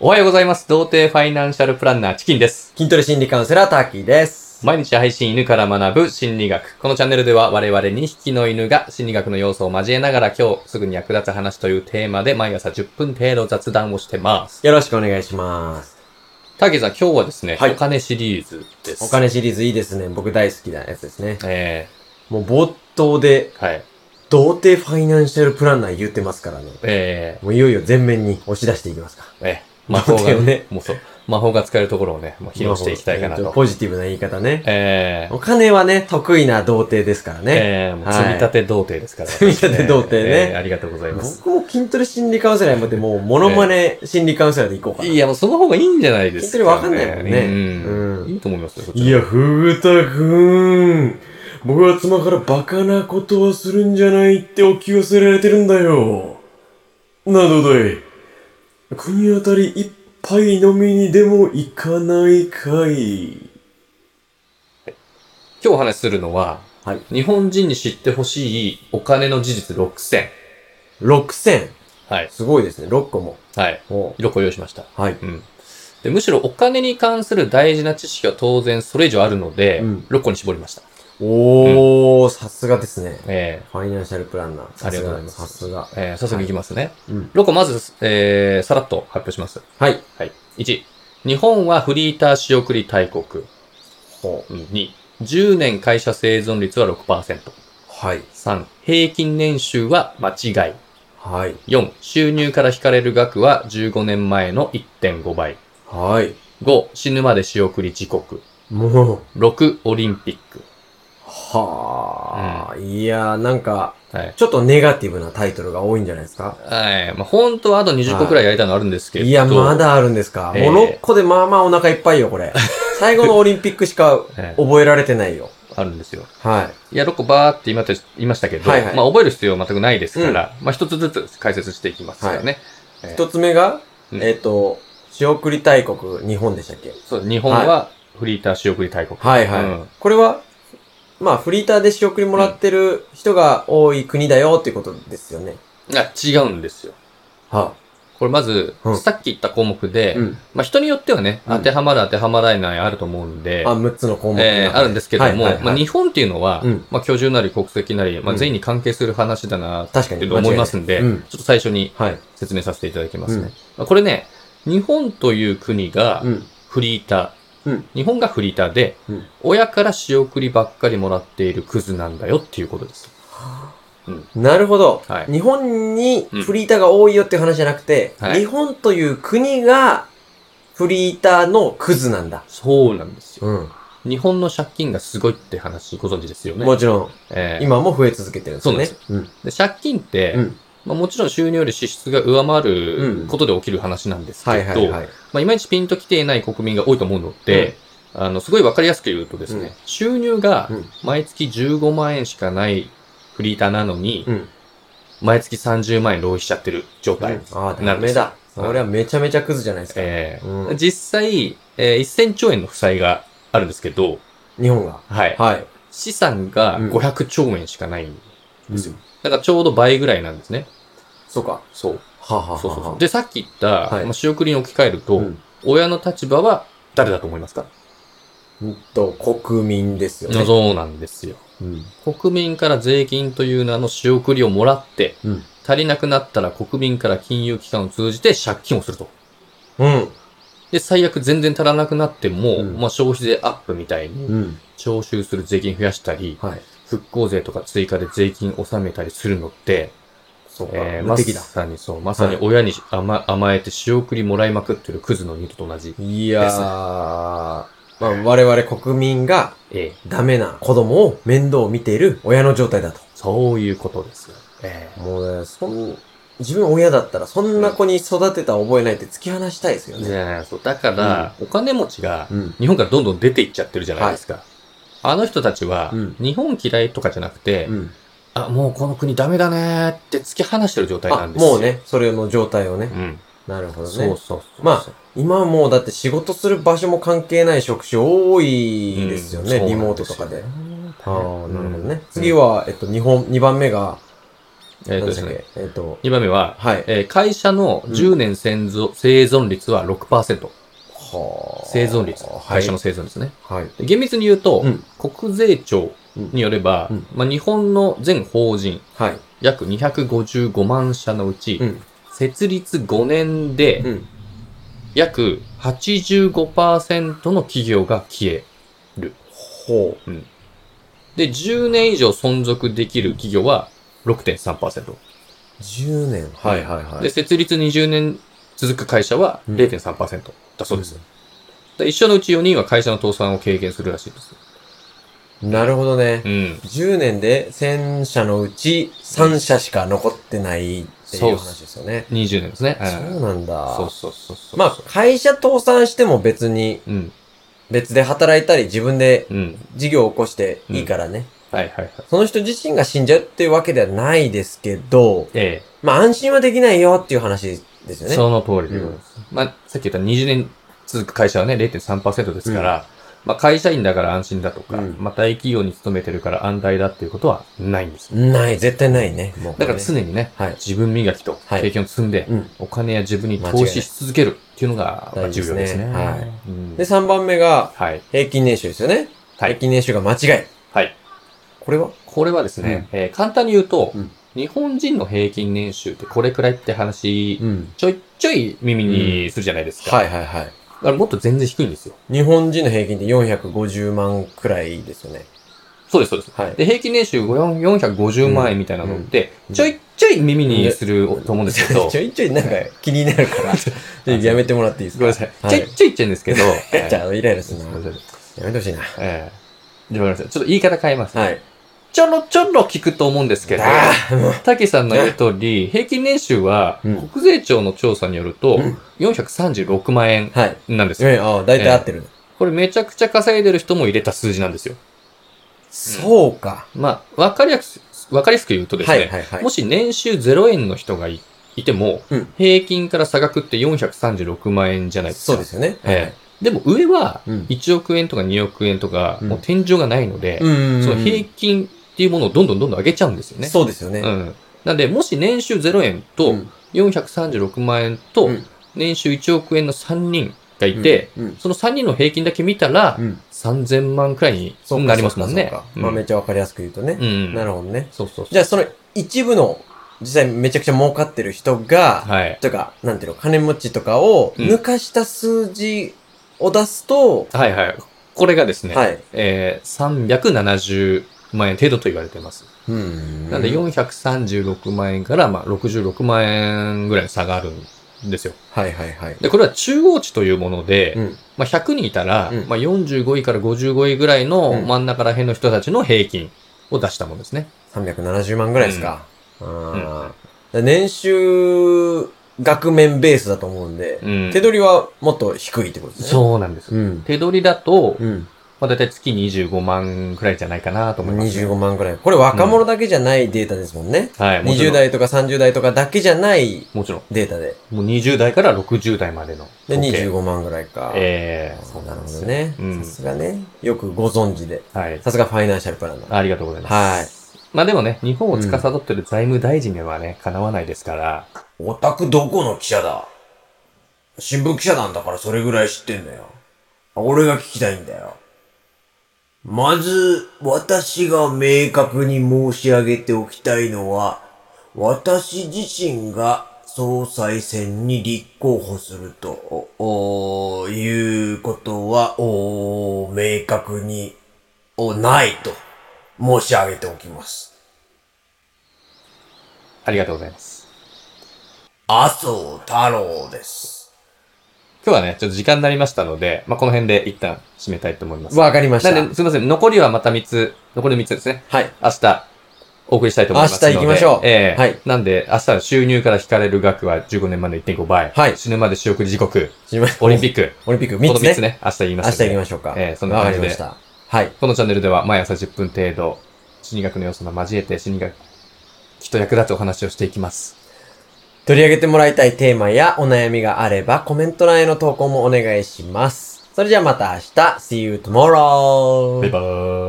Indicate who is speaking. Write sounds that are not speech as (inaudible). Speaker 1: おはようございます。童貞ファイナンシャルプランナーチキンです。
Speaker 2: 筋トレ心理カウンセラー、ターキーです。
Speaker 1: 毎日配信犬から学ぶ心理学。このチャンネルでは我々2匹の犬が心理学の要素を交えながら今日すぐに役立つ話というテーマで毎朝10分程度雑談をしてます。
Speaker 2: よろしくお願いします。
Speaker 1: たけさん、今日はですね、
Speaker 2: はい
Speaker 1: お金シリーズです。
Speaker 2: お金シリーズいいですね。僕大好きなやつですね。
Speaker 1: え
Speaker 2: もう冒頭で、
Speaker 1: ー、はい。
Speaker 2: 童貞ファイナンシャルプランナー言ってますからね。
Speaker 1: え
Speaker 2: もういよいよ全面に押し出していきますか。
Speaker 1: ー、えー、魔法
Speaker 2: だ
Speaker 1: が
Speaker 2: よね
Speaker 1: もうそう、魔法が使えるところをね、もう披露していきたいかな
Speaker 2: まあ
Speaker 1: と。
Speaker 2: ポジティブな言い方ね。
Speaker 1: えー、
Speaker 2: お金はね、得意な童貞ですからね。
Speaker 1: えー、もう積み立て童貞ですから。
Speaker 2: 積み立て童貞ね
Speaker 1: えーありがとうございます。
Speaker 2: 僕も筋トレ心理カウンセラーになって、もうモノマネ心理カウンセラーでいこうかな。
Speaker 1: いや、もうその方がいいんじゃないですか、
Speaker 2: 筋トレわかんないもんね
Speaker 1: うん。
Speaker 2: うん
Speaker 1: いいと思いますよ、そっちの
Speaker 2: いや、ふぐたくん。僕は妻からバカなことをするんじゃないってお気をせられてるんだよ。などだい。国あたり一杯飲みにでも行かないかい。
Speaker 1: 今日お話しするのは、
Speaker 2: はい
Speaker 1: 日本人に知ってほしいお金の事実6選。
Speaker 2: 6000。
Speaker 1: はい。
Speaker 2: すごいですね、6個も。
Speaker 1: はい。6個用意しました。
Speaker 2: はい。
Speaker 1: うん。で、むしろお金に関する大事な知識は当然それ以上あるので、
Speaker 2: うん
Speaker 1: 6個に絞りました。
Speaker 2: おー、さすがですね。
Speaker 1: え
Speaker 2: ファイナンシャルプランナー。
Speaker 1: ありがとうございます
Speaker 2: さすが。
Speaker 1: ー、えー、早速いきますね。
Speaker 2: うん。
Speaker 1: 6個まず、えー、さらっと発表します。
Speaker 2: はい。
Speaker 1: はい。1、日本はフリーター仕送り大国。
Speaker 2: ほう。
Speaker 1: うん2、10年会社生存率は6%。
Speaker 2: はい。
Speaker 1: 3、平均年収は間違い。
Speaker 2: はい。
Speaker 1: 4、収入から引かれる額は15年前の1.5倍。
Speaker 2: はい。
Speaker 1: 5、死ぬまで仕送り時刻。
Speaker 2: もう。
Speaker 1: 6、オリンピック。
Speaker 2: はあ、いやー、なんか、
Speaker 1: はい。
Speaker 2: ちょっとネガティブなタイトルが多いんじゃないですか
Speaker 1: はい。まあ、本当はあと20個くらいやりたいのあるんですけど。
Speaker 2: いや、ま。だあるんですか。
Speaker 1: ええ
Speaker 2: もう6個でまあまあお腹いっぱいよ、これ。最後のオリンピックしか
Speaker 1: ええ
Speaker 2: 覚えられてないよ。
Speaker 1: あるんですよ。
Speaker 2: はい
Speaker 1: や、6個バーって今と言いましたけど、
Speaker 2: はいはい
Speaker 1: まあ、覚える必要は全くないですから、まあ、一つずつ解説していきますからね。
Speaker 2: い。
Speaker 1: ええ
Speaker 2: 一つ目が、
Speaker 1: うん
Speaker 2: えっと、仕送り大国、日本でしたっけ
Speaker 1: そう、日本はフリーター仕送り大国。
Speaker 2: はいはい。
Speaker 1: うん
Speaker 2: これは、まあ、フリーターで仕送りもらってる人が多い国だよっていうことですよね。
Speaker 1: あ違うんですよ。
Speaker 2: は
Speaker 1: これまず、
Speaker 2: うん
Speaker 1: さっき言った項目で、
Speaker 2: うん。
Speaker 1: まあ、人によってはね、
Speaker 2: うん
Speaker 1: 当てはまる当てはまらないあると思うんで、
Speaker 2: あ、6つの項目の中で、
Speaker 1: えーあるんですけども、
Speaker 2: はいはいはい
Speaker 1: まあ、日本っていうのは、
Speaker 2: うん
Speaker 1: まあ、居住なり国籍なり、まあ、
Speaker 2: うん
Speaker 1: 全員に関係する話だな、
Speaker 2: 確かに。
Speaker 1: って思いますんで、
Speaker 2: 間違いないうん
Speaker 1: ちょっと最初に
Speaker 2: はい。
Speaker 1: 説明させていただきますね。
Speaker 2: うん
Speaker 1: まあ、これね、日本という国が
Speaker 2: うん。
Speaker 1: フリーター、
Speaker 2: うん
Speaker 1: 日本がフリーターで、
Speaker 2: うん
Speaker 1: 親から仕送りばっかりもらっているクズなんだよっていうことです。
Speaker 2: なるほど、
Speaker 1: はい
Speaker 2: 日本に
Speaker 1: うん
Speaker 2: フリーターが多いよっていう話じゃなくて、
Speaker 1: はい
Speaker 2: 日本という国がフリーターのクズなんだ。
Speaker 1: そうなんですよ。
Speaker 2: うん。
Speaker 1: 日本の借金がすごいって話ご存知ですよね。
Speaker 2: もちろん、
Speaker 1: えー
Speaker 2: 今も増え続けてるんですよね。
Speaker 1: そ
Speaker 2: うん
Speaker 1: で借金って、
Speaker 2: うん。
Speaker 1: まあ、もちろん収入より支出が上回る
Speaker 2: うん
Speaker 1: ことで起きる話なんですけど、
Speaker 2: はいはいはい。
Speaker 1: まあ、いまいちピンときていない国民が多いと思うので、あの、すごいわかりやすく言うとですね、
Speaker 2: うん
Speaker 1: 収入が
Speaker 2: うん
Speaker 1: 毎月15万円しかないフリーターなのに、
Speaker 2: うん。
Speaker 1: 毎月30万円浪費しちゃってる状態。
Speaker 2: ああ、
Speaker 1: な
Speaker 2: ダ
Speaker 1: んで
Speaker 2: メ
Speaker 1: す
Speaker 2: だ。それはめちゃめちゃクズじゃないですか。
Speaker 1: えー
Speaker 2: うん
Speaker 1: 実際、えー1000兆円の負債があるんですけど、
Speaker 2: 日本が。
Speaker 1: はい。
Speaker 2: はい。
Speaker 1: 資産が
Speaker 2: うん
Speaker 1: 500兆円しかない。
Speaker 2: ですよ。
Speaker 1: だからちょうど倍ぐらいなんですね。
Speaker 2: そうか。
Speaker 1: そう。
Speaker 2: はあはあはあは
Speaker 1: そうそうそう。で、さっき言った、
Speaker 2: はい
Speaker 1: まあ、仕送りに置き換えると、
Speaker 2: うん
Speaker 1: 親の立場は誰だと思いますか、
Speaker 2: うんと、国民ですよね。
Speaker 1: そうなんですよ。
Speaker 2: うん。
Speaker 1: 国民から税金という名の仕送りをもらって、
Speaker 2: うん
Speaker 1: 足りなくなったら国民から金融機関を通じて借金をすると。
Speaker 2: うん。
Speaker 1: で、最悪全然足らなくなっても、
Speaker 2: うん
Speaker 1: まあ消費税アップみたいに、
Speaker 2: うん。
Speaker 1: 徴収する税金増やしたり、
Speaker 2: はい。
Speaker 1: 復興税とか追加で税金納めたりするのって、
Speaker 2: そうか。
Speaker 1: えー
Speaker 2: 無
Speaker 1: ま
Speaker 2: 敵だ。
Speaker 1: さにそう、まさに親に甘,、甘えて仕送りもらいまくってるクズの人と同じ。
Speaker 2: いやー、まあ我々国民が
Speaker 1: ええ
Speaker 2: ダメな子供を面倒を見ている親の状態だと。
Speaker 1: そういうことですよ。ええ
Speaker 2: もうね、そん、自分親だったらそんな子に育てた覚えないって突き放したいですよ
Speaker 1: い
Speaker 2: ね。
Speaker 1: やそうだから、お金持ちが、
Speaker 2: うん。
Speaker 1: 日本からどんどん出ていっちゃってるじゃないですか。あの人たちは、
Speaker 2: うん
Speaker 1: 日本嫌いとかじゃなくて、
Speaker 2: うん。
Speaker 1: あ、もうこの国ダメだねーって突き放してる状態な
Speaker 2: あ、
Speaker 1: んですよ。
Speaker 2: もう。ね、それの状態をね
Speaker 1: う。ん。
Speaker 2: なるほど
Speaker 1: そう
Speaker 2: ね。
Speaker 1: そうそう。
Speaker 2: まあ、今はもうだって仕事する場所も関係ない職種多
Speaker 1: い
Speaker 2: いですよね、リモートとかで。。ああ、なるほどね。次
Speaker 1: は、
Speaker 2: は、えっと、日本、2番目が、
Speaker 1: えっ、とで
Speaker 2: 何でし
Speaker 1: す
Speaker 2: たっ
Speaker 1: ね
Speaker 2: け。えっと、
Speaker 1: 2番目は、
Speaker 2: はい。
Speaker 1: えー会社の10年生存,、生存率は6%。
Speaker 2: は
Speaker 1: 生存率。
Speaker 2: は
Speaker 1: 会
Speaker 2: い
Speaker 1: 社。の生存率ね。
Speaker 2: はい。
Speaker 1: で厳密に言うと、
Speaker 2: うん
Speaker 1: 国税庁によれば、
Speaker 2: うん
Speaker 1: まあ、日本の全法人
Speaker 2: はい。
Speaker 1: 約255万社のうち、
Speaker 2: うん。
Speaker 1: 設立5年で
Speaker 2: うん。
Speaker 1: 約85%の企業が消え。
Speaker 2: ほ
Speaker 1: で、10年以上存続できる企業は6.3%。
Speaker 2: う。10年。はいはいはい。
Speaker 1: で、設立20年続く会社は0.3%だそうです。
Speaker 2: うん
Speaker 1: で一緒のうち4人は会社の倒産を経験するらしいです。
Speaker 2: なるほどね
Speaker 1: う。ん。
Speaker 2: 10年で1000社のうち3社しか残ってないっていう話ですよね。
Speaker 1: 20年ですね。ん
Speaker 2: そうなんだ。
Speaker 1: そうそうそうそう。
Speaker 2: まあ、会社倒産しても別に、
Speaker 1: うん、
Speaker 2: 別で働いたり自分で
Speaker 1: うん。
Speaker 2: 事業を起こしていいからね。
Speaker 1: はいはいはい。
Speaker 2: その人自身が死んじゃうっていうわけではないですけど、
Speaker 1: え
Speaker 2: まあ安心はできないよっていう話です
Speaker 1: え、
Speaker 2: よね。
Speaker 1: その通りでございます。まあ、さっき言った20年続く会社はね、0.3%ですから、まあ、会社員だから安心だとか、
Speaker 2: うん
Speaker 1: まあ、大企業に勤めてるから安泰だっていうことはないんです。
Speaker 2: ない、絶対ないね。もうこ
Speaker 1: だ
Speaker 2: れね
Speaker 1: から常にね、
Speaker 2: はい
Speaker 1: 自分磨きと
Speaker 2: はい
Speaker 1: 経験を積んで、
Speaker 2: うん。
Speaker 1: お金や自分に
Speaker 2: 間違いない
Speaker 1: 投資し続けるっていうのがまあ
Speaker 2: 大事
Speaker 1: 重
Speaker 2: です
Speaker 1: 要
Speaker 2: ね
Speaker 1: ですね。。
Speaker 2: はい
Speaker 1: うん
Speaker 2: で、3番目が、
Speaker 1: はい。
Speaker 2: 平均年収ですよね。
Speaker 1: はい
Speaker 2: 平均年収が間違い。
Speaker 1: はい。
Speaker 2: これは
Speaker 1: これはですね、えー簡単に言うと、
Speaker 2: うん
Speaker 1: 日本人の平均年収ってこれくらいって話、
Speaker 2: うん。
Speaker 1: ちょいちょい耳にするじゃないですか。
Speaker 2: はいはいはい。
Speaker 1: だからもっと全然低いんですよ。
Speaker 2: 日本人の平均って450万くらいですよね。
Speaker 1: そうです、そうです。
Speaker 2: はい。
Speaker 1: で、平均年収450万円みたいなのって、
Speaker 2: うん
Speaker 1: ちょいちょい耳にすると思うんですけど、
Speaker 2: (laughs) ちょいちょいなんか気にな
Speaker 1: (laughs)
Speaker 2: るから、ちょっとやめてもらっていいです
Speaker 1: ごめ
Speaker 2: か
Speaker 1: んなさい。ちょ
Speaker 2: は
Speaker 1: いちょい言っちゃうんですけど、えー
Speaker 2: (laughs) じゃあ、イライラす
Speaker 1: す
Speaker 2: る
Speaker 1: い
Speaker 2: な。
Speaker 1: ません
Speaker 2: やめてほしいな。
Speaker 1: えーじゃあごめんなさい。ちょっと言い方変えます。
Speaker 2: はい。
Speaker 1: ちょろちょろ聞くと思うんですけど、
Speaker 2: ああもう
Speaker 1: たけさんの言う通り、平均年収は
Speaker 2: うん、
Speaker 1: 国税庁の調査によると
Speaker 2: うん、
Speaker 1: 436万円
Speaker 2: はい。
Speaker 1: なんですよ。
Speaker 2: え、ああ、大体合ってる。
Speaker 1: これめちゃくちゃ稼いでる人も入れた数字なんですよ。
Speaker 2: そうか。
Speaker 1: まあ、わかりやすく、わかりやすく言うとです
Speaker 2: はい
Speaker 1: ね、
Speaker 2: はいはい。
Speaker 1: もし年収0円の人がいいても
Speaker 2: うん、
Speaker 1: 平均から差額って436万円じゃないですか。
Speaker 2: そうですよね。
Speaker 1: ええ。でも上は
Speaker 2: うん
Speaker 1: 1億円とか2億円とか、
Speaker 2: うん
Speaker 1: もう天井がないので
Speaker 2: う、ん。
Speaker 1: その平均っていうものをどんどんどんどん上げちゃうんですよね。
Speaker 2: そうですよね。
Speaker 1: うん。なんで、もし年収0円
Speaker 2: う
Speaker 1: と
Speaker 2: ん
Speaker 1: 436万円と
Speaker 2: うん
Speaker 1: 年収1億円の3人がいて、、
Speaker 2: うん。
Speaker 1: その3人の平均だけ見たら
Speaker 2: うん。
Speaker 1: 3000万くらいに
Speaker 2: そうか
Speaker 1: なりますもんね
Speaker 2: そうかそう。か
Speaker 1: うん
Speaker 2: まあ、めっちゃわかりやすく言うとね
Speaker 1: う。ん。
Speaker 2: なるほどね。
Speaker 1: そうそうそう。
Speaker 2: じゃあ、その一部の、実際めちゃくちゃ儲かってる人が、
Speaker 1: はい。
Speaker 2: とか、なんていうの、金持ちとかを
Speaker 1: うん
Speaker 2: 抜かした数字を出すと、
Speaker 1: はいはい。これがですね、
Speaker 2: はい。
Speaker 1: えー、370万円程度と言われてます。
Speaker 2: うん
Speaker 1: なんで、436万円から、まあ、66万円ぐらいの差があるんですよ。
Speaker 2: はいはいはい。
Speaker 1: で、これは中央値というもので、
Speaker 2: うん。
Speaker 1: まあ、100人いたら、
Speaker 2: うん
Speaker 1: まあ、45位から55位ぐらいの
Speaker 2: うん
Speaker 1: 真ん中ら辺の人たちの平均を出したものですね。
Speaker 2: 370万ぐらいですか。あー年収、額面ベースだと思うんで、
Speaker 1: うん
Speaker 2: 手取りはもっと低いってことですね。
Speaker 1: そうなんです。
Speaker 2: うん。
Speaker 1: 手取りだと、
Speaker 2: うん。
Speaker 1: まあ、だいたい月25万くらいじゃないかなと思います、
Speaker 2: 25万ぐらい。これ若者だけじゃないデータですもんね。
Speaker 1: はい、もちろ
Speaker 2: 20
Speaker 1: ん。
Speaker 2: 代とか30代とかだけじゃない
Speaker 1: もちろん。
Speaker 2: データで。
Speaker 1: もう20代から60代までの。
Speaker 2: で、
Speaker 1: 統計。
Speaker 2: 25万ぐらいか。
Speaker 1: ええ
Speaker 2: そうなるほど。ね
Speaker 1: う。ん
Speaker 2: さすがね。よくご存知で。
Speaker 1: はい。
Speaker 2: さすがファイナンシャルプランナー。
Speaker 1: ありがとうございます。
Speaker 2: はい。
Speaker 1: まあでもね、日本を司ってる財務大臣にはね、かなわないですから、
Speaker 2: オタクどこの記者だ新聞記者なんだからそれぐらい知ってんだよ。俺が聞きたいんだよ。
Speaker 3: まず、私が明確に申し上げておきたいのは、私自身が総裁選に立候補すると、おおいうことは、お明確に、おないと申し上げておきます。
Speaker 1: ありがとうございます。
Speaker 3: 麻生太郎です。
Speaker 1: 今日はね、ちょっと時間になりましたので、まあこの辺で一旦締めたいと思います。
Speaker 2: わかりました。
Speaker 1: なんで、すみません。残りはまた3つ、残り3つですね。
Speaker 2: はい。
Speaker 1: 明日、お送りしたいと思いますので。
Speaker 2: 明日行きましょう
Speaker 1: ええ
Speaker 2: はい
Speaker 1: なんで、明日の収入から引かれる額は15年まで1.5倍。
Speaker 2: はい
Speaker 1: 死ぬまで仕送り時刻、
Speaker 2: すみません
Speaker 1: オリンピック。
Speaker 2: オリンピック
Speaker 1: この
Speaker 2: 3
Speaker 1: 3
Speaker 2: つ
Speaker 1: つ
Speaker 2: ね。
Speaker 1: ね、明日言いま
Speaker 2: 明日
Speaker 1: すの
Speaker 2: 行
Speaker 1: で。
Speaker 2: きましょうか。
Speaker 1: ええそんな感じで
Speaker 2: わかりました。はい。
Speaker 1: このチャンネルでは毎朝10分程度、心理学の要素も交えて、心理学、きっと役立つお話をしていきます。
Speaker 2: 取り上げてもらいたいテーマやお悩みがあればコメント欄への投稿もお願いします。それじゃあまた明日。See you tomorrow!
Speaker 1: バイバーイ。